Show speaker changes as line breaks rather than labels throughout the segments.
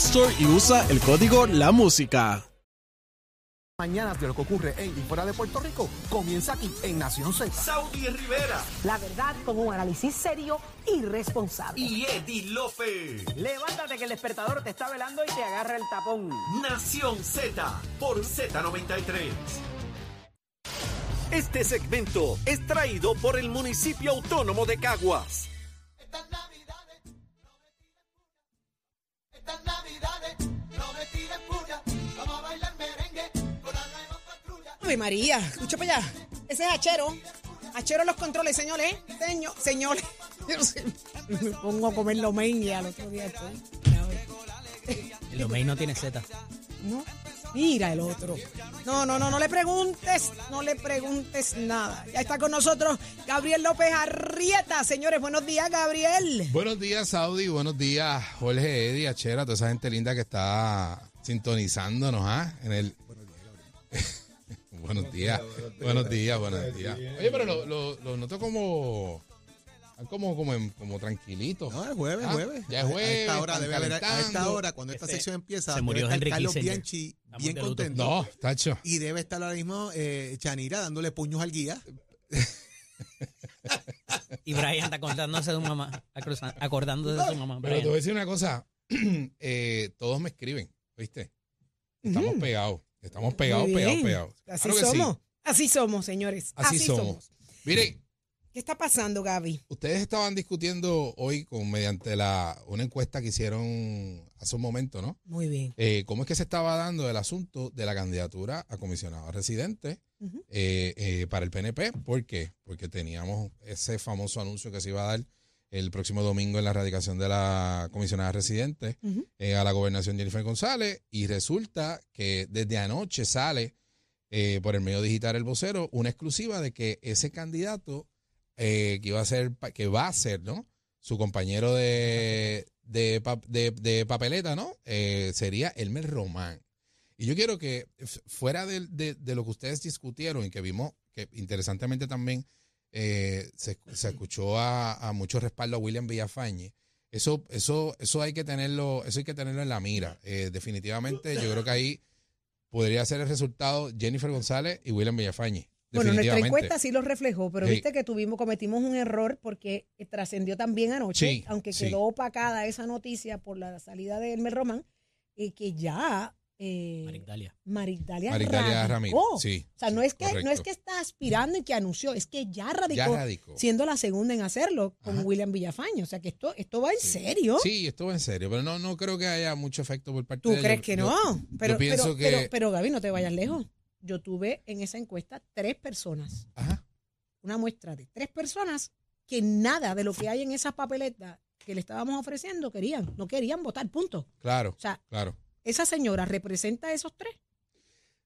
Store y usa el código La Música.
Mañanas de lo que ocurre en y fuera de Puerto Rico comienza aquí en Nación Z.
Saudi Rivera
La verdad con un análisis serio y responsable.
y Eddie Lofe.
Levántate que el despertador te está velando y te agarra el tapón.
Nación Z por Z93. Este segmento es traído por el municipio autónomo de Caguas.
Estas navidades no me tiren puya. Estas navidades no me tiren puya. Vamos a bailar merengue con la nueva patrulla.
Ave María, escucha para allá. Ese es Achero. Achero los controles, señores. Señor, señores. Yo no sé, me pongo a comer lomen ya el otro día después. Ya ves.
El Omey no tiene Z.
No, mira el otro. No, no, no, no le preguntes, no le preguntes nada. Ya está con nosotros Gabriel López Arrieta. Señores, buenos días, Gabriel.
Buenos días, Saudi. Buenos días, Jorge, Eddie, Achera, toda esa gente linda que está sintonizándonos, ¿ah? En el... buenos días, buenos días, buenos días. Oye, pero lo, lo- lo noto como... están Como, como, en- como tranquilitos.
No, es jueves,
Ah,
jueves.
Ya es jueves.
A esta hora,
están
debe haber- a esta
calentando.
hora, cuando esta
Ese-
sección empieza,
se
debe
murió
estar
Henry
Carlos
Kissinger.
Bianchi
Estamos
bien
de luto.
contento.
No, tacho.
Y debe estar ahora mismo eh, Chanira dándole puños al guía.
Y Brian está acordándose de su mamá. acruza- Acordándose de su mamá.
Pero te
Brian.
voy a decir una cosa. Eh, todos me escriben, ¿viste? Estamos pegados. Estamos pegados,
Muy
pegados,
bien.
pegados.
Así
Claro que sí.
somos. Así somos, señores.
Así, somos. Miren,
¿Qué está pasando, Gaby?
Ustedes estaban discutiendo hoy con mediante la una encuesta que hicieron hace un momento, ¿no?
Muy bien.
Eh, ¿Cómo es que se estaba dando el asunto de la candidatura a comisionado residente
Ujú.
eh, eh, para el PNP? ¿Por qué? Porque teníamos ese famoso anuncio que se iba a dar el próximo domingo en la radicación de la comisionada residente
Ujú.
eh, a la gobernación Jennifer González y resulta que desde anoche sale eh, por el medio digital El Vocero una exclusiva de que ese candidato eh, que iba a ser, pa- que va a ser, ¿no? Su compañero de, de, pa- de- de papeleta, ¿no? Eh, sería Elmer Román. Y yo quiero que f- fuera del- de, de lo que ustedes discutieron y que vimos, que interesantemente también eh, se, se escuchó a, a mucho respaldo a William Villafañe. Eso, eso, eso hay que tenerlo, eso hay que tenerlo en la mira. Eh, definitivamente, yo creo que ahí podría ser el resultado Jennifer González y William Villafañe.
Bueno, nuestra
Definitivamente.
encuesta sí lo reflejó, pero
Sí.
viste que tuvimos, cometimos un error porque eh, trascendió también anoche,
Sí,
aunque
sí.
quedó opacada esa noticia por la salida de Elmer Román, eh, que ya eh,
Marigdalia.
Marigdalia,
Marigdalia Ramírez.
radicó.
Sí.
O sea, no es, que, no es
correcto.
que está aspirando y que anunció, es que ya radicó,
Ya radicó.
siendo la segunda en hacerlo con
Ajá.
William Villafaño. O sea, que esto, esto va en
Sí.
serio.
Sí, esto va en serio, pero no, no creo que haya mucho efecto por parte
¿Tú
de ellos.
crees que
Yo-
no? Pero, pero,
pienso que-
pero, pero Gaby, no te vayas lejos. Yo tuve en esa encuesta tres personas
Ajá.
una muestra de tres personas que nada de lo que hay en esas papeletas que le estábamos ofreciendo querían, no querían votar, punto.
Claro,
O sea,
claro.
esa señora representa a esos tres.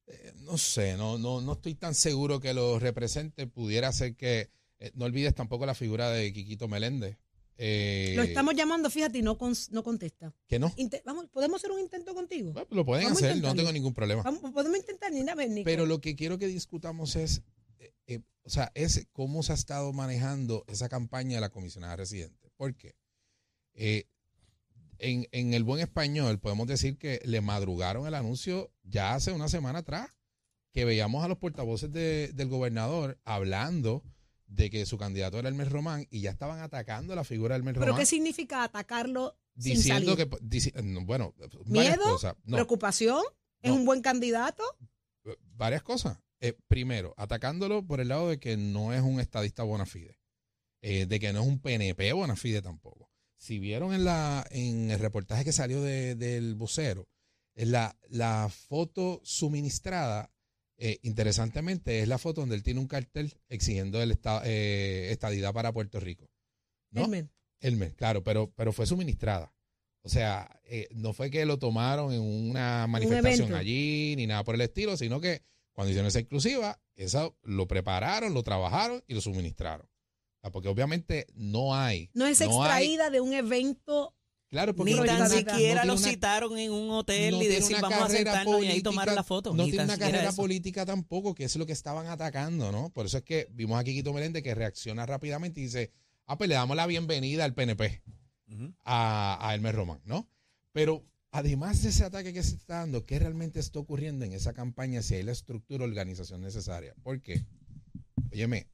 Eh, No sé, no, no, no estoy tan seguro que lo represente. Pudiera ser que. eh, no olvides tampoco la figura de Quiquito Meléndez. Eh,
Lo estamos llamando, fíjate, y no, cons- no contesta.
Que no.
Inte- vamos, ¿Podemos hacer un intento contigo?
Bueno, Lo pueden
Vamos a
hacer, no
intentarlo.
tengo ningún problema.
Vamos, podemos intentar, ni nada, ni-
Pero lo que quiero que discutamos es, eh, eh, o sea, es cómo se ha estado manejando esa campaña de la comisionada residente. ¿Por qué? Eh, en, en el buen español podemos decir que le madrugaron el anuncio ya hace una semana atrás, que veíamos a los portavoces de- del gobernador hablando de que su candidato era Hermes Román y ya estaban atacando la figura de Hermes
¿Pero
Román.
qué significa atacarlo
diciendo
sin salir?
que... pues, dici- no, bueno, varias
¿Miedo?
cosas. No,
¿Preocupación? ¿Es
No.
un buen candidato?
eh, varias cosas. Eh, primero, atacándolo por el lado de que no es un estadista bona fide, eh, de que no es un PNP bona fide tampoco. Si vieron en, la, en el reportaje que salió de- del vocero, eh, la, la foto suministrada, eh, interesantemente, es la foto donde él tiene un cartel exigiendo el esta- eh, estadidad para Puerto Rico. ¿no?
Elmer,
Elmer, claro, pero, pero fue suministrada. O sea, eh, no fue que lo tomaron en una manifestación
evento.
allí ni nada por el estilo, sino que cuando hicieron esa exclusiva, esa lo prepararon, lo trabajaron y lo suministraron. O sea, porque obviamente no hay.
No es
hay-
extraída de un evento.
claro, porque
Ni
no
tan
tiene
tan
una-
siquiera
no
lo
tiene una-
citaron en un hotel
no
y
tiene
decir
una
vamos a
carrera
sentarnos y ahí
política,
tomar la foto.
No
Ni
tiene
tan
una
siquiera
carrera
eso.
política tampoco, que es lo que estaban atacando, ¿no? Por eso es que vimos aquí Quito Meléndez que reacciona rápidamente y dice, ah, pues le damos la bienvenida al PNP, a, a Hermes Román, ¿no? Pero además de ese ataque que se está dando, ¿qué realmente está ocurriendo en esa campaña si hay la estructura, organización necesaria? ¿Por qué? Óyeme,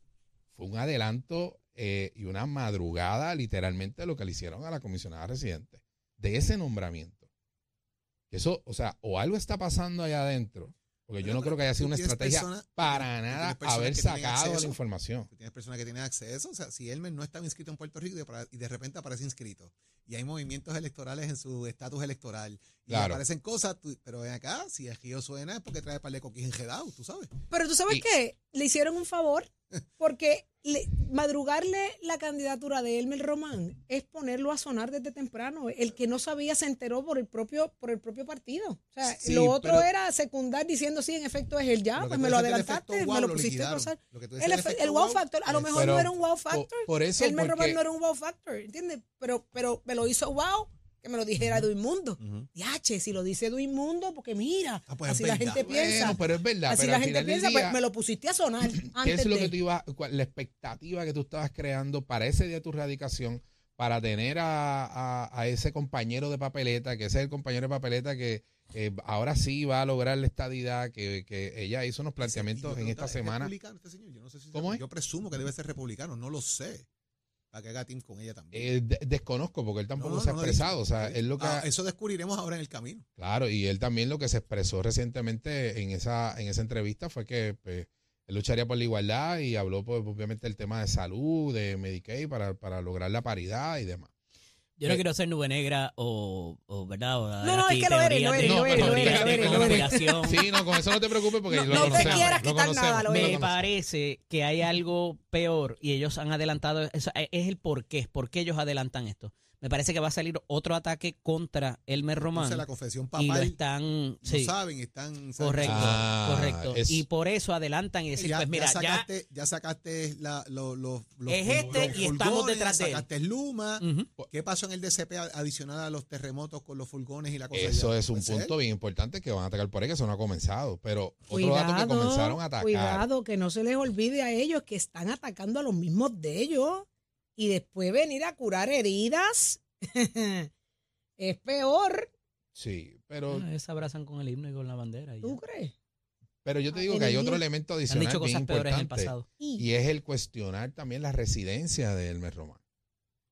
fue un adelanto eh, y una madrugada literalmente lo que le hicieron a la comisionada residente de ese nombramiento. Eso, o sea, o algo está pasando allá adentro, porque yo no creo que haya sido una
¿Tienes
estrategia
personas-
para nada
tienes personas
haber
que tienen
sacado la
acceso?
información.
Tú Tienes personas que tienen acceso. O sea, si Elmer no estaba inscrito en Puerto Rico y de, para- y de repente aparece inscrito y hay movimientos electorales en su estatus electoral y
Claro.
aparecen cosas, tú- pero ven acá, si el río suena es porque trae par de coquís enjedados, tú sabes.
Pero tú sabes
Y-
qué, le hicieron un favor porque le- madrugarle la candidatura de Elmer Román es ponerlo a sonar desde temprano. El que no sabía se enteró por el propio por el propio partido. O sea,
Sí,
lo otro
pero-
era secundar diciendo sí, en efecto es el ya,
que
pues
tú
me lo
decías del efecto
adelantaste,
wow
me lo
lo
pusiste a
liquidaron.
pasar.
Lo que tú
El,
decías del
efe-
efecto
el wow
wow,
factor, a lo
es-
mejor
eh, Pero
no era un wow
Por,
factor.
por eso,
Elmer Román
porque-
no era un wow factor, ¿entiendes? Pero, pero me lo hizo wow que me lo dijera Edwin Mundo. Diache, si lo dice Edwin Mundo, porque mira,
Ah, pues es
así la
verdad.
gente
Bueno,
piensa.
pero es verdad.
Así
pero
la
al
gente
final del
piensa, pues
día,
me lo pusiste a sonar antes
¿Qué es lo que
de-
tú ibas, cuál- la expectativa que tú estabas creando para ese día de tu radicación, para tener a, a- a ese compañero de papeleta, que ese es el compañero de papeleta que eh, ahora sí va a lograr la estadidad, que, que ella hizo unos planteamientos
Y yo
en esta
preguntaba, ¿es
semana.
republicano este señor? Yo no sé si
¿Cómo es?
Yo presumo que debe ser republicano, no lo sé. Para que haga team con ella también.
Eh, de- desconozco porque él tampoco
No, no,
se ha
no lo he
expresado.
dicho.
o sea, él lo que
Ah,
ha-
eso descubriremos ahora en el camino.
Claro, y él también lo que se expresó recientemente en esa, en esa entrevista fue que pues, él lucharía por la igualdad y habló pues, obviamente del tema de salud, de Medicaid, para, para lograr la paridad y demás.
Yo no quiero ser nube negra o, o ¿verdad? O dar
No, no,
aquí
es que lo eres,
teorías
lo
de-
eres,
lo eres, lo eres,
teorías
lo
de
eres, lo eres.
conspiración.
Sí, no, con eso no te preocupes porque
No,
lo
no te
conocemos.
quieras
lo
quitar
conocemos,
nada, lo
no
es.
Me
conocemos.
parece que hay algo peor y ellos han adelantado, eso, eh, es el por qué, por qué ellos adelantan esto. Me parece que va a salir otro ataque contra Elmer
Entonces la
Román
confesión
y lo
papal
están...
no
sí,
saben, están
correcto,
Ah,
correcto.
es-
Y por eso adelantan y
Eh,
decir,
ya,
pues
ya
mira, ya,
sacaste, ya sacaste la, lo- lo- los
Es este
los
y estamos
furgones,
detrás de él. Mm.
Sacaste Luma.
Ujú.
¿Qué pasó en el DCP a- adicional a los terremotos con los furgones y la cosa?
Eso
ya?
es un
Pues él.
punto bien importante que van a atacar por ahí, que eso no ha comenzado. Pero otro dato que comenzaron a atacar.
Cuidado, que no se les olvide a ellos que están atacando a los mismos de ellos y después venir a curar heridas es peor,
Sí, pero,
Ah, se abrazan con el himno y con la bandera. y ya.
¿tú crees?
pero yo te digo
En
que hay
el
otro
día-
elemento
Se han
adicional
dicho
bien
cosas peores en el
importante.
pasado.
Y es el cuestionar también la residencia de Hermes Román.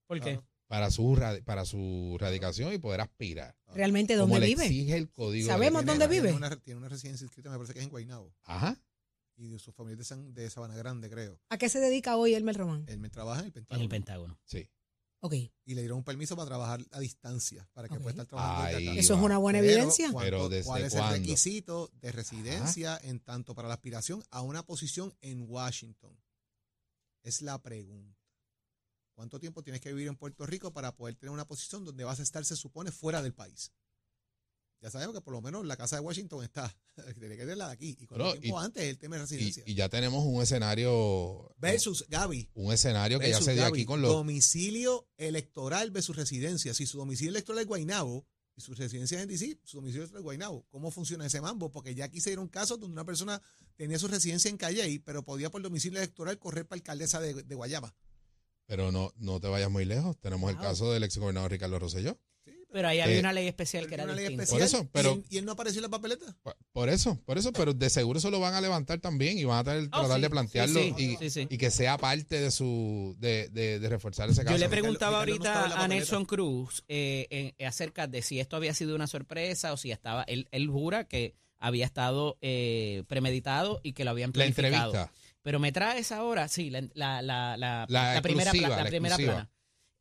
¿Por qué?
para su radi- para su radicación y poder aspirar.
realmente
como
dónde
le
vive.
exige el código. de
Sabemos
Penal.
dónde
Tiene
vive.
una- tiene una residencia inscrita, me parece que es en Guaynabo.
Ajá.
Y de su familia es de, San- de Sabana Grande, creo.
¿A qué se dedica hoy Elmer Román?
Eh,
Él me trabaja en el
En
Pentágono.
el Pentágono.
Sí.
Ok,
y le dieron un permiso para trabajar a distancia, para que
Ok.
pueda estar trabajando desde
Ahí
acá.
eso es
va.
una buena
Pero,
evidencia.
¿cuánto-
Pero ¿desde
¿Cuál es el
cuándo?
requisito de residencia en tanto para la aspiración a una posición en Washington? Es la pregunta. ¿Cuánto tiempo tienes que vivir en Puerto Rico para poder tener una posición donde vas a estar, se supone, fuera del país? Ya sabemos que por lo menos la casa de Washington está. Tiene que tener la de aquí. Y cuánto
No, y-
tiempo antes es el tema de residencia.
Y, y ya tenemos un escenario
versus Gaby.
un escenario que ya
versus
se dio
Gaby,
aquí con los
Domicilio electoral versus residencia. Si su domicilio electoral es Guainabo y su residencia es en DC, su domicilio electoral es Guainabo. ¿Cómo funciona ese mambo? Porque ya aquí se dieron casos donde una persona tenía su residencia en Calley, pero podía por domicilio electoral correr para alcaldesa de, de Guayama.
pero no no te vayas muy lejos, tenemos el
Wow.
caso del exgobernador Ricardo Rosselló.
Pero ahí había
Eh,
una ley especial que era
Una ley
distinta.
especial,
Por eso,
y él-
pero-
y, él no apareció en la papeleta.
Por- Por eso, por eso, pero de seguro eso lo van a levantar también y van a tratar,
Oh,
Ah, tratar
sí,
de plantearlo
sí, sí,
y,
sí, sí.
y que sea parte de su de, de- de reforzar ese caso.
Yo le
¿no?
preguntaba
Ricardo no estaba en la
ahorita a
papeleta.
Nelson Cruz eh, en- eh, acerca de si esto había sido una sorpresa o si estaba. Él, él jura que había estado eh, premeditado y que lo habían
la
planificado.
entrevista.
Pero me traes ahora, sí, la, la, la, la,
La
la primera, pla-
exclusiva,
la
la
primera
exclusiva.
plana.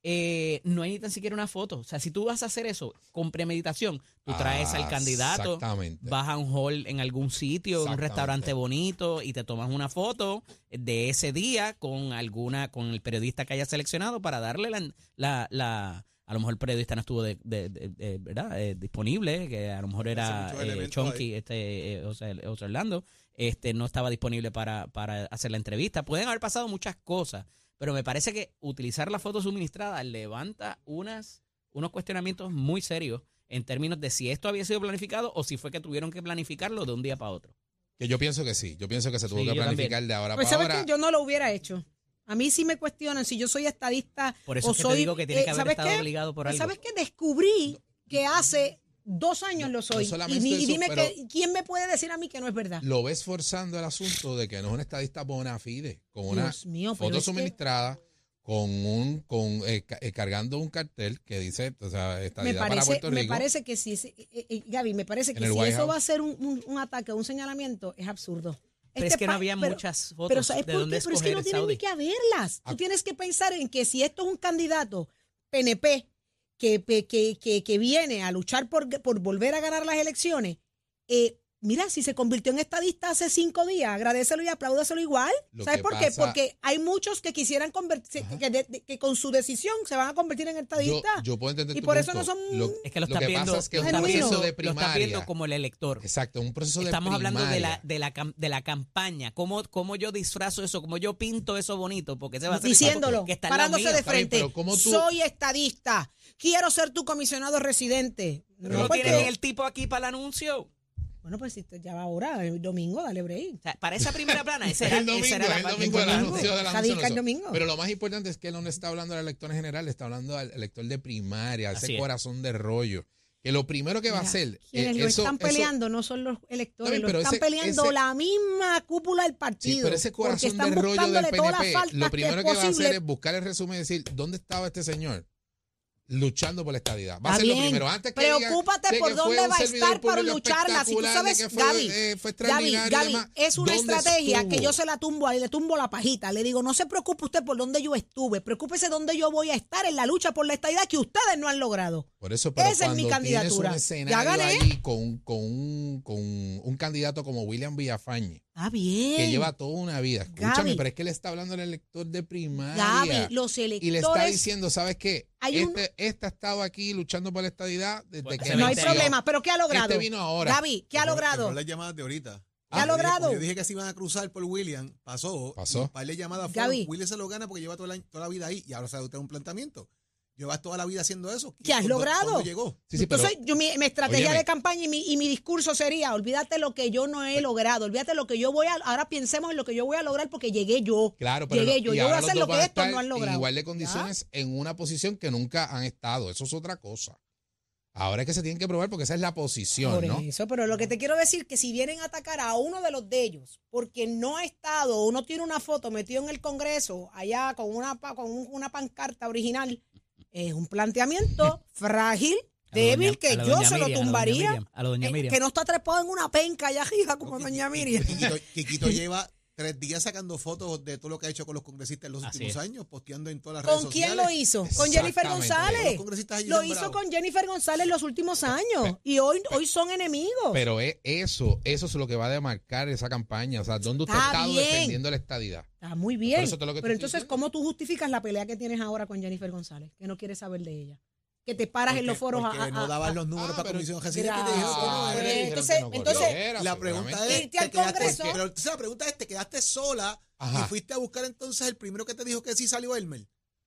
Eh, no hay ni tan siquiera una foto. O sea, si tú vas a hacer eso con premeditación, tú traes
Ah,
al candidato,
Exactamente.
vas a un hall en algún sitio, en un
Exactamente.
restaurante bonito y te tomas una foto de ese día con alguna con el periodista que haya seleccionado para darle la, la, la a lo mejor el periodista no estuvo de, de- de- de- ¿verdad? eh, disponible, que a lo mejor era
muchos
eh,
elementos
Chonky, este, eh, José, José Orlando, este, no estaba disponible para, para hacer la entrevista. Pueden haber pasado muchas cosas, pero me parece que utilizar la foto suministrada levanta unas, unos cuestionamientos muy serios en términos de si esto había sido planificado o si fue que tuvieron que planificarlo de un día para otro.
Que yo pienso que sí. Yo pienso que se tuvo
Sí,
que
yo también.
planificar de ahora
Pues
para
sabes
ahora.
que yo no lo hubiera hecho. A mí sí me cuestionan si yo soy estadista
Por eso
o
es que
soy.
te digo que tiene
eh,
que haber
¿sabes
estado
qué?
obligado por
Pues
algo.
¿Sabes qué? Descubrí que hace dos años lo soy. y,
solamente
ni- y
eso,
dime
pero-
que, quién me puede decir a mí que no es verdad.
Lo ves forzando el asunto de que no es un estadista bona fide, con una
Dios mío, pero
foto
es que-
suministrada, con un, con eh, ca- eh, cargando un cartel que dice, o sea,
me
estadidad para
parece,
Puerto
me
Rico.
parece que sí, sí, eh, eh, Gaby, me parece
En
que
el
si
White
eso
House.
va a ser un, un- un ataque, un señalamiento, es absurdo.
Pero es
Este
que no
pa-
había
pero-
muchas fotos
Pero ¿sabes
de
por
dónde
qué? Pero es que no
escoger,
tienes
Saudi.
ni que haberlas.
Ah.
Tú tienes que pensar en que si esto es un candidato PNP que, pe- que, que, que viene a luchar por, por volver a ganar las elecciones, eh, mira, si se convirtió en estadista hace cinco días, agradecelo y apláudaselo igual.
Lo
¿Sabes
que
por qué?
pasa-
Porque hay muchos que quisieran convertirse,
Ajá.
que, de- de- que con su decisión se van a convertir en
yo,
estadistas.
yo puedo entender
Y
tu
por eso no
punto.
son-
Es que lo,
lo
está
que
viendo,
pasa es que es
lo
un
está
genuino.
viendo-
proceso de
lo está
primaria.
viendo como el elector.
Exacto, un proceso de
Estamos hablando de la,
primaria.
de la, cam- de la campaña, cómo, cómo yo disfrazo eso, cómo yo pinto eso bonito, porque se va a hacer
diciéndolo,
que está al lado
parándose
mío.
de
Está bien,
frente.
pero ¿cómo tú-
Soy estadista. Quiero ser tu comisionado residente.
No,
No, porque-
tienen el tipo aquí para el anuncio. O
Bueno, pues si te- ya va ahora, el domingo, dale break.
sea, para esa primera plana, ese era,
El domingo,
Ah, esa era la
el
parte
domingo, el
domingo.
anuncio del
Está
anuncio
disca el
no hizo.
domingo.
Pero lo más importante es que él no le está hablando al elector en general, le está hablando al elector de primaria, a ese
Así es.
corazón de rollo. Que lo primero que va a
Mira,
hacer.
Quienes
eh,
lo
eso-
están
eso-
peleando no son los electores,
Está bien,
lo
pero
están
ese-
peleando
ese-
la misma cúpula del partido.
Sí, pero ese
porque
corazón
están
de rollo del
buscándole todas las
PNP,
faltas
lo primero que,
es
va a hacer
posible.
es buscar el resumen y decir, ¿dónde estaba este señor? Luchando por la estadidad. Va a
Está
ser lo
bien.
primero. Antes que
Preocúpate
diga de
por
que fue
dónde
un
va a
servidor
estar para
público
lucharla. Si tú
espectacular,
sabes,
de que fue,
Gaby,
eh,
Gaby,
fue extraordinario y
Gaby,
demás.
es una
¿Dónde
estrategia que
estuvo?
yo se la tumbo ahí, le tumbo la pajita. Le digo, no se preocupe usted por dónde yo estuve, preocúpese dónde yo voy a estar en la lucha por la estadidad que ustedes no han logrado.
Por eso, pero
Esa es mi
cuando tienes un
candidatura. Ya
escenario
gané.
ahí con, con, un, con un candidato como William Villafañe,
Ah, bien.
que lleva toda una vida, escúchame,
Gaby.
pero es que le está hablando al elector de primaria.
Gaby, los electores.
y le está diciendo, ¿sabes qué?
Hay un-
Este, este ha estado aquí luchando por la estadidad desde
Bueno,
que
se
no hay
nació.
Veinte.
problema, pero ¿qué ha logrado?
Este vino ahora.
Gaby, ¿qué ha
Error-
logrado?
error las llamadas de ahorita.
¿Qué ha
Yo dije-
logrado?
Yo dije que se iban a cruzar por William. Pasó.
Pasó.
y Un par de llamadas
Gaby.
fueron. William se lo gana porque lleva toda la, toda la vida ahí y ahora se adopta un planteamiento. Llevas toda la vida haciendo eso.
¿Qué has
¿Cuándo-
logrado?
cuándo llegó?
Sí, sí, pero-
Entonces, yo, mi, mi estrategia
Óyeme.
de campaña y mi, y mi discurso sería, olvídate lo que yo no he logrado, olvídate lo que yo voy a, ahora pensemos en lo que yo voy a lograr porque llegué yo.
Claro, pero
llegué
no-
yo,
y
yo voy a
ahora los
hacer
dos
lo
van
que
a
estos
estar
no han logrado.
En igual de condiciones en una posición que nunca han estado. Eso es otra cosa. Ahora es que se tienen que probar porque esa es la
Por
posición, ¿no?
eso, pero lo que te quiero decir que si vienen a atacar a uno de los de ellos porque no ha estado o no tiene una foto metido en el Congreso allá con una, pa- con un- una pancarta original, es un planteamiento frágil,
A la doña-
débil,
a
que
la
yo
doña
se lo
Miriam, a la doña
tumbaría.
Miriam, A la doña
eh,
Miriam.
que no está trepado en una penca allá arriba como
No,
doña
Qui-
Miriam.
Quiquito, Quiquito lleva tres días sacando fotos de todo lo que ha hecho con los congresistas en los
Así
últimos
es.
años, posteando en todas las redes
¿Con
sociales.
quién lo hizo? Con Jennifer
Exactamente.
Los
González.
congresistas allí
Lo
son
hizo
bravos.
con Jennifer González los últimos años y hoy, hoy son enemigos.
Pero es eso, eso es lo que va a demarcar esa campaña. O sea, ¿dónde usted
Está
ha estado
bien.
defendiendo la estadidad?
Está muy bien.
eso te lo que te
Pero
estoy
entonces,
diciendo.
¿cómo tú justificas la pelea que tienes ahora con Jennifer González? Que no quieres saber de ella. Que te paras en los
Porque-
foros a-
porque
a-
no
a-
daban
a-
los números
Ah,
para
pero-
comisión Jacira que te dijeron que no
Ah,
era.
le dijeron
entonces-
que no
entonces-
corriera,
la pregunta
seguramente.
es,
Irte al
te quedaste-
Congreso.
pero entonces la pregunta es, te quedaste sola
Ajá.
y fuiste a buscar entonces el primero que te dijo que sí salió Elmer.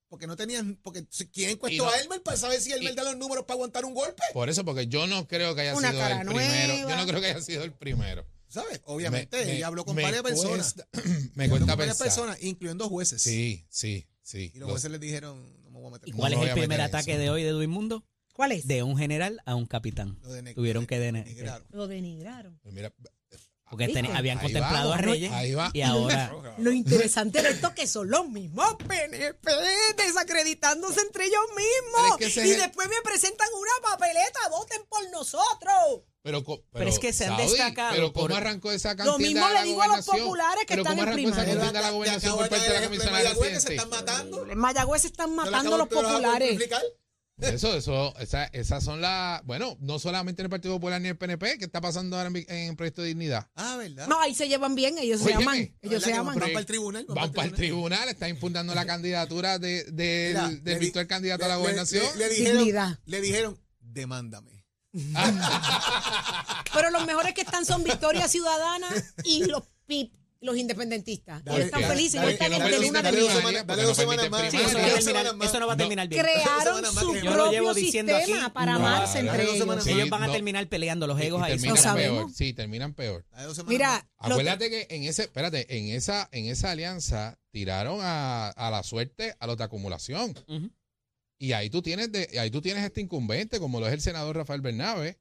Porque no tenías, porque si- ¿quién encuestó
no-
a Elmer para saber si Elmer
y-
da los números para aguantar un golpe?
Por eso, porque yo no creo que haya
Una
sido
cara
el primero. Yo
nueva.
no creo que haya sido el primero.
¿Sabes? Obviamente,
Me- me-
ella habló con
me
varias personas.
cuesta- me
Habló con
cuesta
varias
pensar.
personas, incluyendo jueces.
Sí, sí, sí.
Y los
Lo-
jueces les dijeron, no me voy a meter.
¿Y
con
cuál
no
es
me
el
voy a
primer
meter en
ataque
eso.
de hoy de Duimundo?
¿Cuál es?
De un general a un capitán.
lo de neg-
Tuvieron
de-
que dene-
negraron.
Lo denigraron.
Mira,
Porque ten-
¿Viste?
habían
Ahí
contemplado
va.
a Reyes
Ahí va.
y ahora...
Lo interesante de esto es que son los mismos PNP desacreditándose entre ellos
Pero es
mismos.
que ese
y
es el-
después me presentan una papeleta, voten por nosotros.
Pero, co-
es que se han destacado
Pero
por-
cómo arrancó esa
Lo
contienda
mismo
de la
le digo a los
gobernación?
populares que
Pero
están
cómo
en
arrancó esa
primaria.
contienda de la
Te
gobernación
acabo
por
de
parte
dar
de la
el ejemplo de
comisión de la
Mayagüez, que se
residencia.
están matando.
En Mayagüez están
¿No le
matando
acabo-
los
te lo acabo de
populares.
explicar?
Eso, eso, esa- esas son las. Bueno, no solamente en el Partido Popular ni el PNP, que está pasando ahora en, mi- en Proyecto Dignidad.
Ah, ¿verdad?
No, ahí se llevan bien, ellos
Óyeme,
se aman. Ellos
¿Verdad
se
que
aman.
Van para el tribunal.
Van para el tribunal, está impugnando la candidatura de, de-
Mira,
del,
le di-
virtual candidato a la
Le- le-
gobernación.
Le, le dijeron,
Dignidad.
le dijeron, demándame.
Pero los mejores que están son Victoria Ciudadana y los PIP, los independentistas.
Dale,
Ellos están
dale,
felices,
dale,
ellos están
que
en-
los
de luna
permitan,
de
dale dos
miel.
semanas, dale dos semanas más.
Eso no, va a
Dale dos
terminar,
semanas más.
eso no va a
No.
terminar bien.
Crearon
Dale dos
su
semanas más, que
yo lo llevo
propio
diciendo
sistema
aquí.
para
No,
amarse
dale dos
entre
semanas
ellos.
más.
Ellos
Sí,
van a
no.
terminar peleando los
Y- y
egos ahí.
terminan
Lo sabemos.
peor. Sí, terminan peor.
Dale dos semanas más.
Mira, lo-
Acuérdate que en ese, espérate, en esa, en esa alianza tiraron a, a la suerte a los de acumulación.
Ujú.
Y ahí tú tienes de, ahí tú tienes este incumbente, como lo es el senador Rafael Bernabe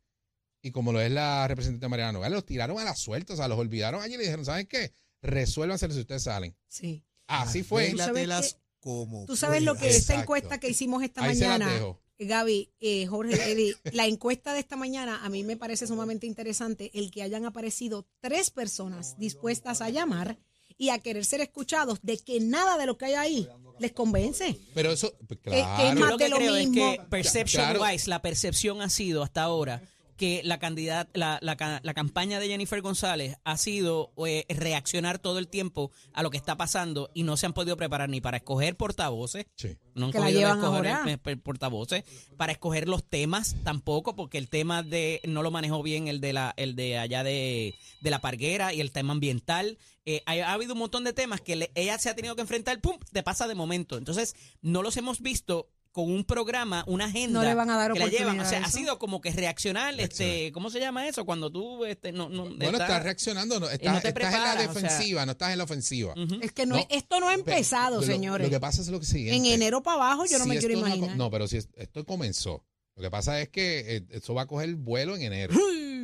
y como lo es la representante Mariana Nogales, los tiraron a la suerte, o sea, los olvidaron allí y le dijeron, ¿saben qué? Resuélvanse si ustedes salen.
sí. Ah,
Así fue.
Arréglatela.
Arréglatelas
¿Tú sabes
como
Tú sabes lo que esta
Exacto.
encuesta que hicimos esta
Ahí se las
mañana.
dejo.
Gaby, eh, Jorge, Eddie, la encuesta de esta mañana a mí me parece sumamente interesante el que hayan aparecido tres personas dispuestas a llamar y a querer ser escuchados de que nada de lo que hay ahí les convence.
Pero eso, pues,
que es
claro.
Yo
más
lo que
de lo
creo
mismo.
es que perception
Claro.
wise, la percepción ha sido hasta ahora que la candidata, la, la ca- la campaña de Jennifer González ha sido eh, reaccionar todo el tiempo a lo que está pasando y no se han podido preparar ni para escoger portavoces,
Sí.
no han
Que la
podido
llevan
escoger
ahora.
eh, pe- portavoces, para escoger los temas tampoco, porque el tema de no lo manejó bien el de la, el de allá de, de la parguera y el tema ambiental. Eh, ha, ha habido un montón de temas que le- ella se ha tenido que enfrentar, ¡pum! te pasa de momento. Entonces, no los hemos visto con un programa, una agenda
No le van a dar
que la llevan. O sea,
oportunidad a
ha
eso.
sido como que reaccionar, este, ¿cómo se llama eso? Cuando tú este, no, no,
Bueno,
está-
estás reaccionando, no, estás,
no te
estás en la
preparas, o sea.
defensiva, no estás en la ofensiva.
Es que no,
No.
esto no ha empezado,
Pero lo-
Mm. señores.
Lo que pasa es lo siguiente.
en enero para abajo yo no
Si
me quiero
esto no co-
imaginar.
No, pero si es- esto comenzó. Lo que pasa es que eh, eso va a coger vuelo en enero.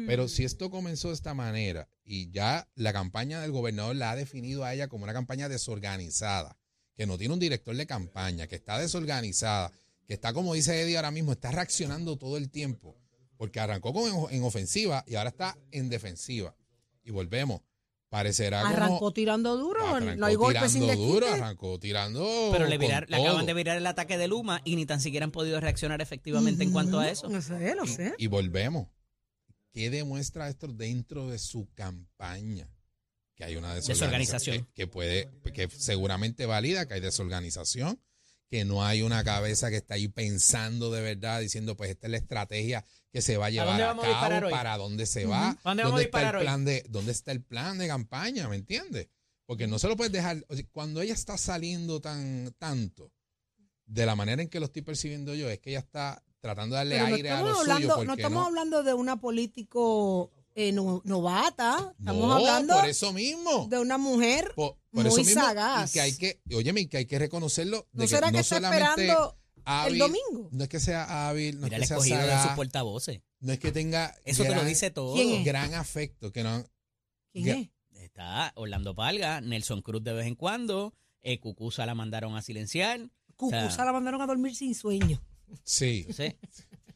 Pero si esto comenzó de esta manera y ya la campaña del gobernador la ha definido a ella como una campaña desorganizada, que no tiene un director de campaña, que está desorganizada, que está, como dice Eddie ahora mismo, está reaccionando todo el tiempo, porque arrancó con, en, en ofensiva y ahora está en defensiva. Y volvemos. Parecerá como-
Arrancó tirando duro, no
Ah, arrancó
hay golpes sin
tirando
desquite.
duro, arrancó tirando
Pero le,
con
virar- le acaban
todo.
de virar el ataque de Luma y ni tan siquiera han podido reaccionar efectivamente en cuanto a eso.
No sé, lo sé.
Y volvemos. ¿Qué demuestra esto dentro de su campaña? Que hay una desorganización.
Desorganización.
Que, que puede, que seguramente valida que hay desorganización, que no hay una cabeza que está ahí pensando de verdad, diciendo, pues esta es la estrategia que se va a llevar
dónde
a,
vamos a disparar
cabo,
hoy?
para dónde se va,
¿Dónde vamos a
está
disparar
el
hoy?
plan de, dónde está el plan de campaña, ¿me entiendes? Porque no se lo puedes dejar. o sea, cuando ella está saliendo tan tanto, de la manera en que lo estoy percibiendo yo, es que ella está tratando de darle
Pero no
aire a los
estamos,
suyos.
hablando, no
porque
estamos hablando de una político eh, no- novata, estamos
No,
hablando
por eso mismo.
de una mujer.
Por, por
muy
eso mismo.
sagaz.
Y que hay que, óyeme, y que hay que reconocerlo. De
¿No será que
no
está
solamente
esperando el
hábil,
domingo?
No es que sea hábil, no
Mira el
es que sea
escogido de sus
sagaz,
portavoces.
no es que tenga
Eso te lo
gran-
dice todo.
¿Quién es?
gran afecto, que no,
¿Quién
Ya.
es?
Está Orlando Palga, Nelson Cruz de vez en cuando, eh, Cucusa la mandaron a silenciar.
Cucusa
sea-
la mandaron a dormir sin sueño.
sí.
No sé.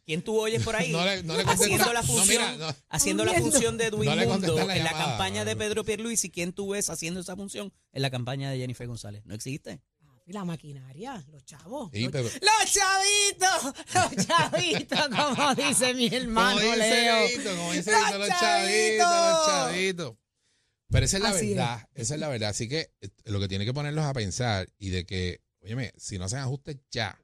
¿Quién tú oyes por ahí?
No le, no le
haciendo
contesta-
la
no,
función,
mira, no.
haciendo la
Durmiendo.
función de Edwin
No le
Mundo
contestan la
en la
llamada,
campaña de
no.
Pedro Pierluisi. ¿Quién tú ves haciendo esa función en la campaña de Jennifer González? No existe.
Y la maquinaria, los chavos.
Sí,
los,
pero-
los chavitos, los chavitos, como dice mi hermano
Como dice
Leo.
Leito, como dice
¡Los
Leito, los
chavitos!
chavitos, los chavitos. Pero esa es la
Así es.
verdad, esa es la verdad. Así que eh, lo que tiene que ponerlos a pensar y de que, óyeme, si no hacen ajustes ya,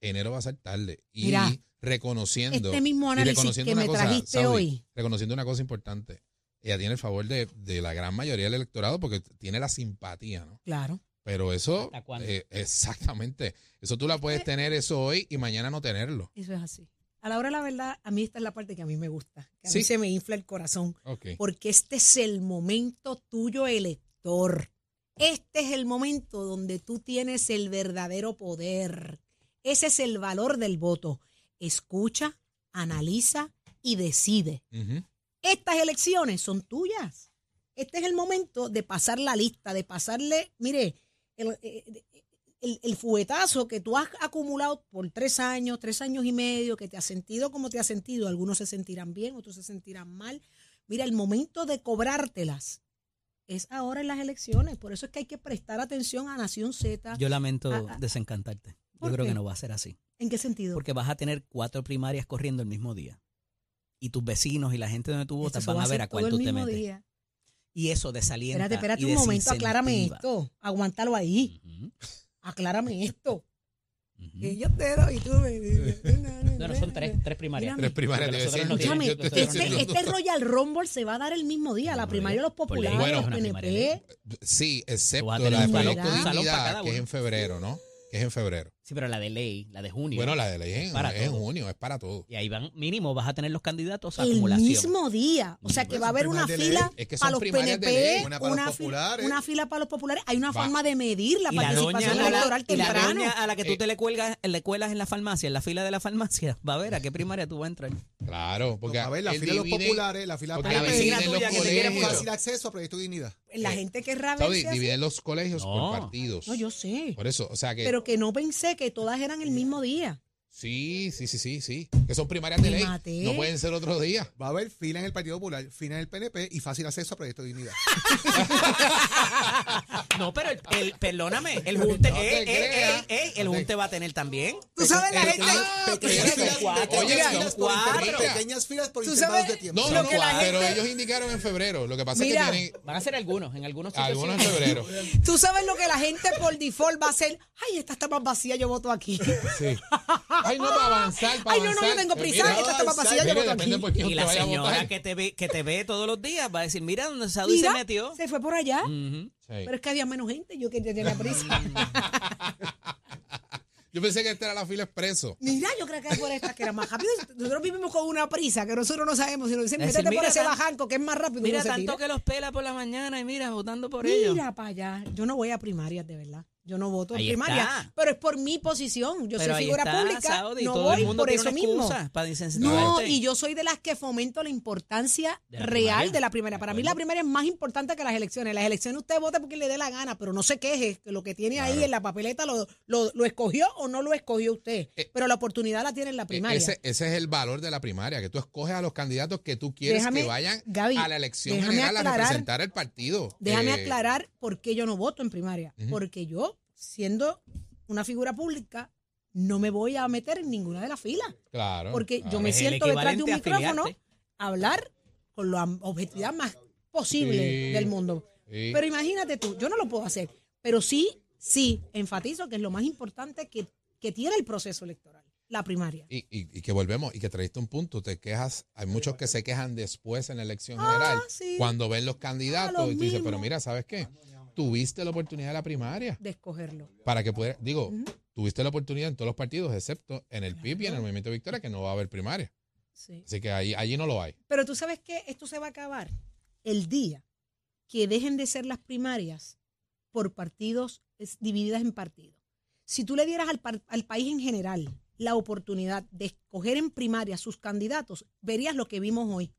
enero va a ser tarde. Y
Mira,
reconociendo.
este mismo
y
análisis
reconociendo
que
una
me
cosa,
trajiste
Saudi,
hoy.
Reconociendo una cosa importante. Ella tiene el favor de, de la gran mayoría del electorado porque tiene la simpatía, ¿no?
Claro.
Pero eso,
¿Hasta cuándo?
eh, exactamente, eso tú la puedes
Pues
tener eso hoy y mañana no tenerlo.
Eso es así. A la hora de la verdad, a mí esta es la parte que a mí me gusta. Que a
Sí.
mí se me infla el corazón.
Ok.
Porque este es el momento tuyo, elector. Este es el momento donde tú tienes el verdadero poder. Ese es el valor del voto. Escucha, analiza y decide.
Ujú.
Estas elecciones son tuyas. Este es el momento de pasar la lista, de pasarle, mire, el, eh, el- el fuetazo que tú has acumulado por tres años, tres años y medio, que te has sentido como te has sentido. Algunos se sentirán bien, otros se sentirán mal. Mira, el momento de cobrártelas es ahora en las elecciones. Por eso es que hay que prestar atención a Nación Z.
Yo lamento
Ah, ah,
desencantarte. Yo
¿Por
creo
qué?
que no va a ser así.
¿En qué sentido?
Porque vas a tener cuatro primarias corriendo el mismo día. Y tus vecinos y la gente donde tú votas
Esto
van
va
a ver
ser
a
todo
cuál
el
tú te
mismo
metes.
día.
Y eso desalienta.
Espérate, espérate
y
un momento,
desincentiva.
aclárame esto. Aguántalo ahí.
Ujú,
Aclárame esto.
ujú.
Que yo te doy y tú me
No, no, son tres, tres primarias.
Tres primarias
Porque
de vecinos.
nosotros no
Escúchame,
tienen- nosotros no
este,
tenemos-
este Royal Rumble se va a dar el mismo día, la
Por
primaria de los
ley, por ley,
populares,
es
los
una
primaria.
PNP.
Sí, excepto
vas
la
a tener
de
un salón-
Proyecto
un salón
para cada
Dignidad, que es
uno.
en febrero, ¿no? Que es en febrero.
Sí, pero la de ley, la de junio.
Bueno, la de ley es en-
Para
es en
todo.
junio, es para todo.
y ahí van, mínimo, vas a tener los candidatos a
El
acumulación.
mismo día. O sea que
Bueno,
va a haber
son
una
primarias de
fila
ley.
Es que son
para los
primarias de
PNP,
ley,
una para
una
los
fila-
populares.
una fila para los populares. Hay una
Va.
forma de medir la
Y la doña,
participación
a la,
electoral
y la
temprano.
doña a la que tú
Eh.
te le, cuelgas, le cuelas en la farmacia, en la fila de la farmacia, va a ver a qué primaria tú vas a entrar.
Claro, porque
a ver, la
él
fila de los
divide-
populares, la fila de
porque
los
la vecina
PNP,
tuya
los
que te quiere
colegios,
mucho.
fácil acceso a Proyecto Dignidad.
la gente que es
Saudi,
rabia.
divide los colegios
No.
por partidos.
No, yo sé.
Por eso, o sea que
Pero que no pensé que todas eran el mismo día.
sí, sí, sí, sí, sí, que son primarias de
Me
ley,
maté.
no pueden ser otro día.
Va a haber fila en el Partido Popular, fila en el PNP y fácil acceso a Proyecto Dignidad.
No, pero el, el- perdóname, el junte,
No te
ey, ey,
creas.
ey, ey, el junte va a tener también.
Tú sabes la
Eh,
gente.
Ah,
Pequeñas
espérate.
filas- pequeñas
Oye,
filas
son
por
cuatro.
intervalos- Pequeñas filas por
Tú
intervalos de
sabes-
tiempo.
No,
Lo
no,
que la
no, pero
gente-
ellos indicaron en febrero. Lo que pasa
Mira.
es que tienen
Van a ser algunos, en algunos sitios.
algunos en
sí.
febrero.
Tú sabes lo que la gente por default va a hacer. Ay, esta está más vacía, yo voto aquí.
Sí. Ay, no, para avanzar, para
Ay, no, no, yo
avanzar.
tengo
Eh,
prisa.
mira,
esta está más vacía, yo
mira,
voto
depende
aquí.
por quién
Y la
usted vaya a
señora
votar.
que te, ve, que te ve todos los días va a decir, mira donde Saudi
Mira,
se metió. Mm.
se fue por allá.
Ujú.
Sí.
Pero es que había menos gente, yo que tenía prisa.
Yo pensé que esta era la fila expreso.
Mira, yo creo que era por esta que era más rápido. Nosotros vivimos con una prisa que nosotros no sabemos. Si nos dicen,
Es decir,
métete por
mira
ese
tan-
bajanco que es más rápido.
Mira
uno se
tanto
tira.
que los pela por la mañana y mira, votando por ellos.
Mira para allá. Yo no voy a primarias, de verdad. Yo no voto en
Ahí
primaria.
está.
Pero es por mi posición. Yo soy
Pero ahí
figura
está,
pública.
Saudi,
no
todo
voy
el mundo
por
tiene
eso
una
mismo.
excusa para desincentivarte.
No, y yo soy de las que fomento la importancia
De la
real
primaria.
de la primaria. Para mí
acuerdo.
la primaria es más importante que las elecciones. Las elecciones usted vota porque le dé la gana, pero no se queje que lo que tiene ahí en la papeleta lo, lo, lo escogió o no lo escogió usted.
Eh,
pero la oportunidad la tiene en
eh,
la
E-
primaria.
Ese, ese es el valor de la primaria, que tú escoges a los candidatos que tú quieres
Déjame,
que vayan
Gaby,
a la elección
déjame
general a
aclarar-
representar el partido.
Déjame
Eh,
aclarar por qué yo no voto en primaria.
Ujú.
Porque yo, siendo una figura pública, no me voy a meter en ninguna de las filas.
Claro.
Porque yo
claro.
me
Ah, Es el
siento detrás de un
equivalente a
micrófono
afiliarte.
a hablar con la objetividad más posible
Sí.
del mundo.
Sí.
Pero imagínate tú, yo no lo puedo hacer. Pero sí, sí, enfatizo que es lo más importante que, que tiene el proceso electoral, la primaria.
Y, y- y que volvemos y que trajiste un punto, te quejas, hay muchos que se quejan después en la elección general
Ah, sí. Ah,
cuando ven los candidatos
los
y tú dices,
mismos.
pero mira, ¿sabes qué? Tuviste la oportunidad de la primaria
De escogerlo.
para que pudiera, digo, tuviste la oportunidad en todos los partidos excepto en el PIB y en el Movimiento Victoria que no va a haber primaria.
Sí.
Así que ahí, allí no lo hay.
Pero tú sabes que esto se va a acabar el día que dejen de ser las primarias por partidos es- divididas en partidos. Si tú le dieras al, par- al país en general la oportunidad de escoger en primaria sus candidatos, verías lo que vimos hoy.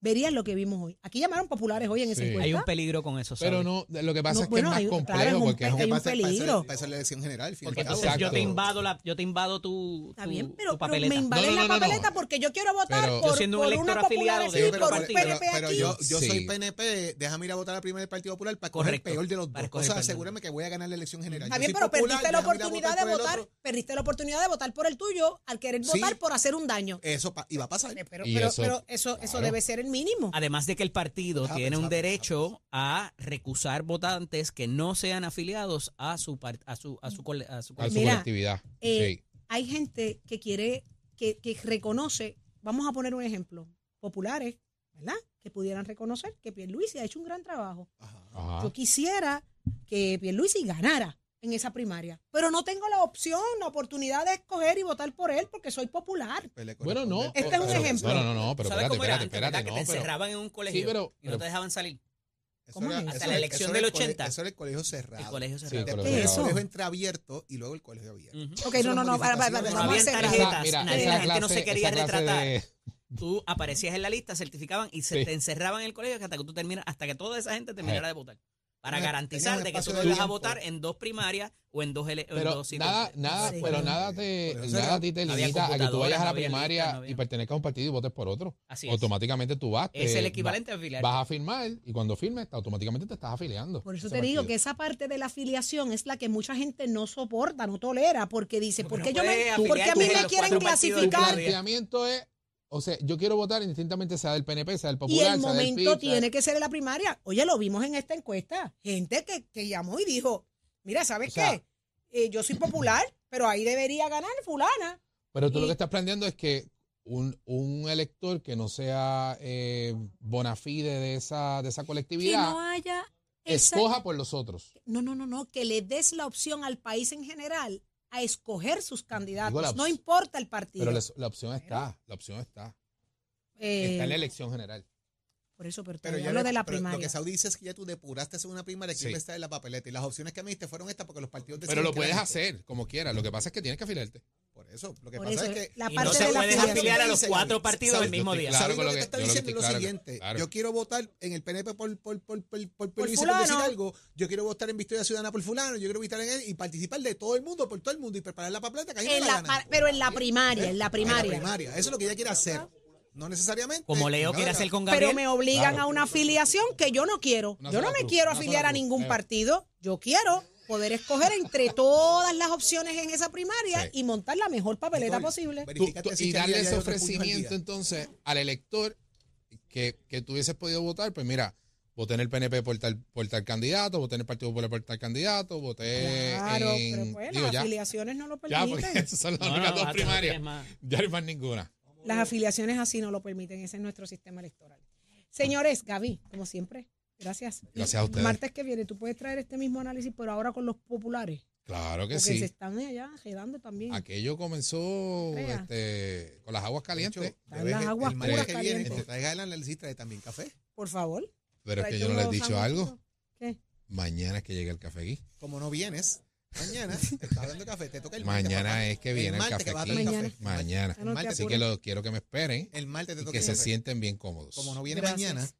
Verías lo que vimos hoy. Aquí llamaron populares hoy en esa
Sí.
encuesta.
Hay un peligro con eso,
Pero
Saudi.
no, de- lo que pasa
No,
es que
bueno,
es más
hay un-
complejo
claro, es un
porque es
pe-
un-
hay un
Pasa- pasa-
peligro.
Pasa la elección general. al fin y al
Porque
cabo.
entonces yo te
Exacto.
invado la, yo te invado tu,
Está
tu-
bien,
tu
pero, pero
papeleta.
me invaden
No, no, no,
la
no, no.
papeleta porque yo quiero votar
Pero-
por,
Yo siendo un
por
elector
una popular
afiliado
aquí,
de-
Sí,
Pero-
por un
pero-
PNP
pero,
aquí.
pero yo, yo
Sí.
soy PNP, déjame ir a votar a la primaria del Partido Popular para coger el
Correcto,
peor de los
para
dos. O
escoger
sea,
el peor de los
asegúrame que voy a ganar la elección general.
Está
Yo
bien,
soy
pero
popular,
perdiste la
déjame ir a
oportunidad de
por el
votar,
otro.
perdiste la oportunidad de votar por el tuyo al querer
Sí.
votar por hacer un daño.
Eso pa- iba a pasar.
Pero, pero,
Y
pero
eso,
eso, eso,
claro.
debe ser el mínimo.
Además de que el partido
Ah,
tiene un
pensaba,
derecho a recusar votantes que no sean afiliados a su par- a su a su cole-
a
a su
su
colegio.
Mira,
colectividad.
eh,
Sí.
Hay gente que quiere, que, que reconoce, vamos a poner un ejemplo, populares, ¿verdad? Que pudieran reconocer que Pierluisi ha hecho un gran trabajo.
Ajá.
Yo quisiera que Pierluisi ganara en esa primaria, pero no tengo la opción, la oportunidad de escoger y votar por él porque soy popular.
Pues le
Bueno,
corresponde.
no.
Este es un
pero-
ejemplo.
No, no, no, pero
¿Sabes
espérate,
cómo era
espérate,
antes,
espérate.
verdad? que te
no, pero-
encerraban en un colegio
pero-
y no
pero-
te dejaban salir.
Eso
¿Cómo
era-
es?
eso
Hasta
era-
la
eso
elección
era el
del
cole-
80.
Eso era el colegio cerrado.
El colegio
Sí, el
cerrado.
colegio
Después
cerrado.
el colegio entreabierto y luego el colegio abierto.
Ujú.
Ok,
Eso
no,
es
no, no, para, para, para,
modificación.
vamos
No
a
habían
hacer
Esa-
tarjetas,
mira,
nadie-
esa
la gente no
clase-
se quería
esa clase
retratar.
de-
Tú aparecías en la lista, certificaban y se
Sí. Eh.
te encerraban en el colegio hasta que tú terminas, hasta que toda esa gente terminara de votar. para
Tenía-
garantizar
tenía
de que tú
espacio
no
de
ibas a
tiempo.
votar en dos primarias o en dos, ele- o en
Pero
dos sitios.
nada, nada,
Sí.
pero nada te,
Pero eso
nada
era-
a ti te
había
limita a que tú vayas
computadoras,
a la
no había
primaria
listas, no había-
y pertenezcas a un partido y votes por otro.
Así es.
automáticamente tú vas.
es
te-
el equivalente a
Eh, va-
filial.
Vas a firmar y cuando firmes, automáticamente te estás afiliando.
Por eso
a
te
ese
digo
partido.
que esa parte de la afiliación es la que mucha gente no soporta, no tolera, porque dice,
Porque
¿por
no
qué, yo me-
puedes
por qué
afiliarte
a mí
a
me
los
quieren
cuatro partidos
Tu
del
clasificar?
día.
planteamiento es, o sea, yo quiero votar indistintamente sea del PNP, sea del
Y
Popular,
el
sea del
momento
PIB, sea-
tiene que ser en la primaria. Oye, lo vimos en esta encuesta. Gente que, que llamó y dijo, mira, ¿sabes
O sea-
qué? Eh, yo soy popular, pero ahí debería ganar fulana.
Pero tú lo
Y-
que estás planteando es que un, un elector que no sea eh, bona fide de esa, de esa
Que
colectividad,
no haya... esa-
escoja por los otros.
No, no, no, no, que le des la opción al país en general a escoger sus
Digo la
candidatos.
op-
No importa el partido.
Pero la, la opción está, la opción está.
Eh,
Está en la elección general.
por eso, pero,
Pero
todavía
ya
hablo
le-
de la
pero Lo
primaria.
que Saudi dice es que ya tú depuraste en una primaria que
Sí.
iba a estar en la papeleta. Y las opciones que me diste fueron estas porque los partidos
Pero
decidieron
lo
que eran
puedes
estas.
hacer como quieras. Lo que pasa es que tienes que afiliarte.
Por eso, lo que
Por
pasa
eso,
es que.
la
Y
parte
no se
de la
pueden
afiliación.
afiliar a los
Dice,
cuatro
Saudi,
partidos
Saudi,
el mismo
yo
día.
estoy
Saudi
Claro, con
lo
lo
que
que-
está
yo lo que
diciendo es lo
estoy claro,
siguiente.
claro.
Yo quiero votar en el PNP por, por, por, por, por, por
Por
Luis, por decir
fulano.
algo. Yo quiero votar en Victoria Ciudadana por fulano. Yo quiero votar en él y participar de todo el mundo, por todo el mundo y preparar la papeleta que a mí me
En
la
la
gana.
par- pero en la
¿eh?
primaria, en la
En la
primaria.
primaria. Eso es lo que ella quiere hacer. No necesariamente.
Como Leo
nada,
quiere hacer con
Pero
Gabriel.
me obligan
Claro.
a una afiliación que yo no quiero.
Una
yo no
sola
me
cruz,
quiero
una
afiliar
sola
a
cruz,
ningún
Leo.
partido. Yo quiero poder escoger entre todas las opciones en esa primaria
Sí.
y montar la mejor papeleta
Nicole,
posible.
Tú-
verifica
tú-
que
y
existen
darle
días
ese
de otros puños al día.
ofrecimiento entonces al elector que, que tú hubieses podido votar, pues mira, voté en el PNP por tal, por tal candidato, voté en el Partido Popular por tal candidato, voté
Claro,
eh, en...
pero pues
digo,
las
ya,
afiliaciones no lo
ya, porque
permiten.
esas son las
No, no,
únicas
no,
dos
no tienes
primarias.
más.
Ya no hay más ninguna.
Las afiliaciones así no lo permiten. Ese es nuestro sistema electoral. Señores, Gaby, como siempre, gracias.
Gracias a ustedes.
Martes que viene, tú puedes traer este mismo análisis, pero ahora con los populares.
Claro que
Porque
sí.
se están allá quedando también.
Aquello comenzó
Vea.
este, con las aguas
De hecho,
calientes,
Están
debes
las
el-
aguas
el martes
puras
que viene,
calientes.
te traiga el análisis de también café.
Por favor.
pero es
tráete
que yo no les he
unos
dicho algo.
sanguchitos. ¿Qué?
Mañana es que llega el café aquí.
Como no vienes, mañana estás hablando de café, te toca el
Mañana
martes,
es que viene el,
martes
café
que vas a
aquí.
tener
Mañana.
café.
Mañana.
Ah, no,
Martes,
te
Así que
apures.
lo quiero que me esperen
El martes te
y
toca
que
el
se
café.
sienten bien cómodos.
Como no viene
Gracias.
mañana,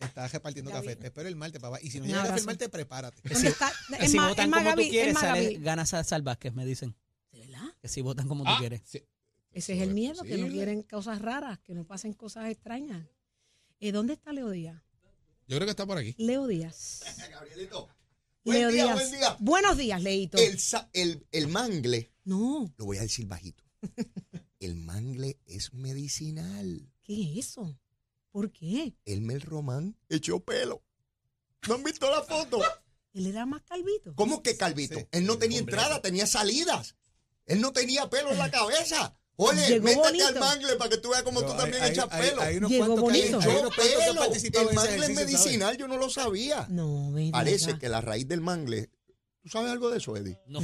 estás repartiendo
Gaby.
café. Te espero el martes, papá. Y si no
Un
llega el café
abrazo.
el martes, prepárate.
¿Dónde está? Es
si
más,
votan
es más,
como
Gaby,
tú quieres,
es más,
sale-
Gaby.
ganas a Sal Vázquez, me dicen.
¿De verdad?
Que si votan como
Ah,
tú quieres.
sí.
Ese es el
Eso
miedo, que no
posible.
quieren cosas raras, que no pasen cosas extrañas. ¿Y dónde está Leo Díaz?
Yo creo que está por aquí.
Leo Díaz.
Gabrielito, Buen
Leo
día,
Díaz.
buen día.
Buenos días, Leito.
el, sa- el, el mangle,
No,
lo voy a decir bajito. El mangle es medicinal.
¿qué es eso? ¿Por qué?
El Mel Román echó pelo. ¿No han visto la foto?
Él era más calvito.
¿Cómo que Calvito?
Sí,
Él no
el
tenía
hombre
entrada,
ese.
tenía salidas. Él no tenía pelo en la cabeza. Oye,
Llegó
métete
bonito.
al mangle para que tú veas cómo tú
Pero
también
hay-
echas
hay-
pelo.
Hay unos
Llegó
cuantos que, hay-
bonito.
hay unos
Echó
cuantos que han participado
pelo.
en
El
ese
mangle
ejercicio,
es
¿sabes?
medicinal, yo no lo sabía.
No, me
Parece que la raíz del mangle. ¿Tú sabes algo de eso, Eddie?
No.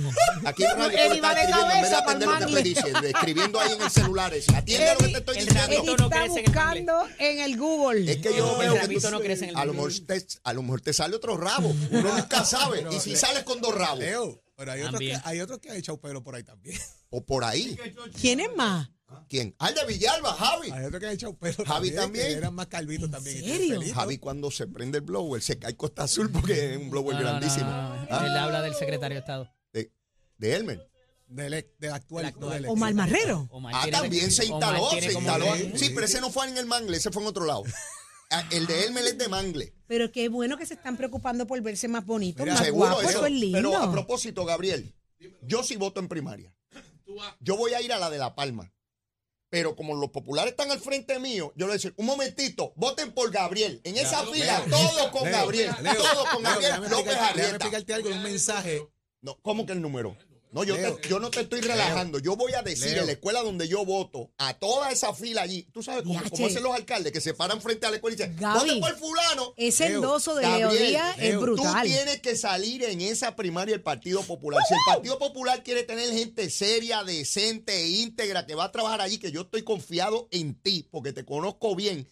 Aquí en Radio
Él
tú
iba
estás
de
escribiendo, en vez de
cabeza
atender
pa'l
lo que te
mangle.
dicen, escribiendo ahí en el celular. ese. Atiende lo que te estoy
el
diciendo.
rabito
Él
no
está
crece en el
buscando en el Google.
Es que yo
El
veo que
rabito
tú-
no crece en el
a, lo
mangle.
mejor te, a lo mejor te sale otro rabo. Uno nunca sabe.
Pero
Y si
le-
sales con dos rabos.
Leo, pero hay otros, que,
También.
hay otros que han echado pelo por ahí también.
O por ahí.
¿Quién es más?
¿Quién? Al de Villalba, Javi.
Hay otros que han echado pelo
Javi
Que
también.
eran más calvitos
¿En
también.
serio?
Javi cuando se prende el blower se cae Costa Azul porque es un
No,
blower
no, no,
grandísimo.
no, no.
Ah,
Él habla del secretario de Estado.
De, de Elmer.
Del ex- del actual.
Del actual.
no del ex.
¿O Malmarrero?
Omar
Ah,
tiene-
también se
Omar
instaló,
tiene
se
como-
instaló.
Sí,
Sí, pero ese no fue en el mangle, ese fue en otro lado. Ah, El de Elmer es de mangle.
Pero qué bueno que se están preocupando por verse más bonitos,
Mira,
más
Seguro
guapos.
eso.
Eso es lindo.
Pero a propósito, Gabriel, yo sí voto en primaria. Yo voy a ir a la de La Palma. Pero como los populares están al frente mío, yo le voy a decir, un momentito, voten por Gabriel. En esa fila, todos con
Leo,
Gabriel,
Leo,
todos con
Leo,
Gabriel
déjame
López
explicarte- Déjame
Arrieta.
explicarte algo, un mensaje.
No, ¿Cómo que el número? No, yo,
Leo.
te- yo no te estoy relajando. Yo voy a decir
Leo.
en la escuela donde yo voto, a toda esa fila allí, tú sabes cómo,
Yache.
cómo hacen los alcaldes que se paran frente a la escuela y dicen,
Gaby.
voten por fulano.
Ese
Leo,
endoso de Leo
Gabriel,
Díaz
Leo,
es
tú
brutal.
Tú tienes que salir en esa primaria el Partido Popular. Si el Partido Popular quiere tener gente seria, decente e íntegra que va a trabajar allí, que yo estoy confiado en ti porque te conozco bien,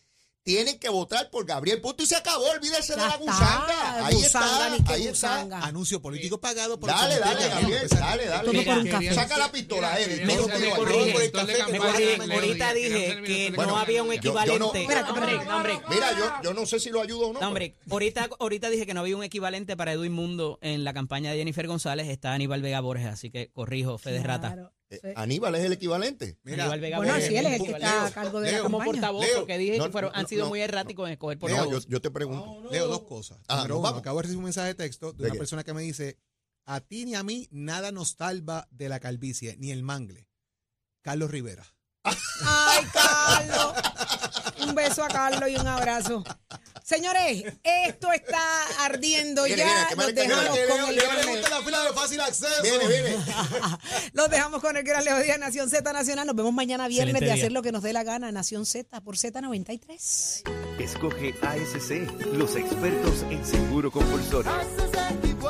tienen que votar por Gabriel. Punto y se acabó. Olvídese de
Ya
la
está,
gusanga. Ahí
gusanga, ni
está.
qué
Ahí está.
gusanga.
Anuncio político pagado por pues,
Dale,
el comité
dale,
de
Gabriel,
Empezar-
dale, dale.
Todo por un café.
Saca la pistola,
Mira,
Eddie.
me
Todo
corrigen,
por el
me
café, por el
corrigen,
café
entonces
que
le
Me
pasa.
corrigen.
corrigen, ahorita dije que
Bueno,
no había un
yo- yo no-
equivalente.
Espérate,
espérate.
Hombre, hombre.
Mira, yo, yo no sé si lo ayudo o no.
No, hombre, ahorita, ahorita dije que no había un equivalente para Edwin Mundo en la campaña de Jennifer González, está Aníbal Vega Borges, así que corrijo, Fede Rata.
Claro.
pero, eh, Aníbal es el equivalente.
Mira,
Aníbal Vega
Bueno,
Borges.
sí, él es el que
Leo,
está a cargo de la
Leo,
Como
campaña.
portavoz,
Leo,
porque dije
no,
que fueron, han
no,
sido
no,
muy erráticos en escoger
Leo,
portavoz.
yo, yo te pregunto.
Leo, dos cosas.
Ah,
Número
nos
uno,
vamos.
acabo de recibir un mensaje de texto de
¿De
una
qué?
persona que me dice: A ti ni a mí nada nos salva de la calvicie, ni el mangle. Carlos Rivera.
Ay, Carlos. Un beso a Carlos y un abrazo. Señores, esto está ardiendo
Viene,
ya.
viene, que
Nos
Mari- que
dejamos
Mari- que
con el
Leo-
gran
Leo le
Leo.
gusta
la fila de fácil acceso.
Viene, viene.
Los dejamos con el gran Leo Díaz, Nación Z Nacional. Nos vemos mañana viernes de hacer lo que nos dé la gana, Nación Z por Z93.
Escoge ASC, los expertos en seguro compulsorio.
Así se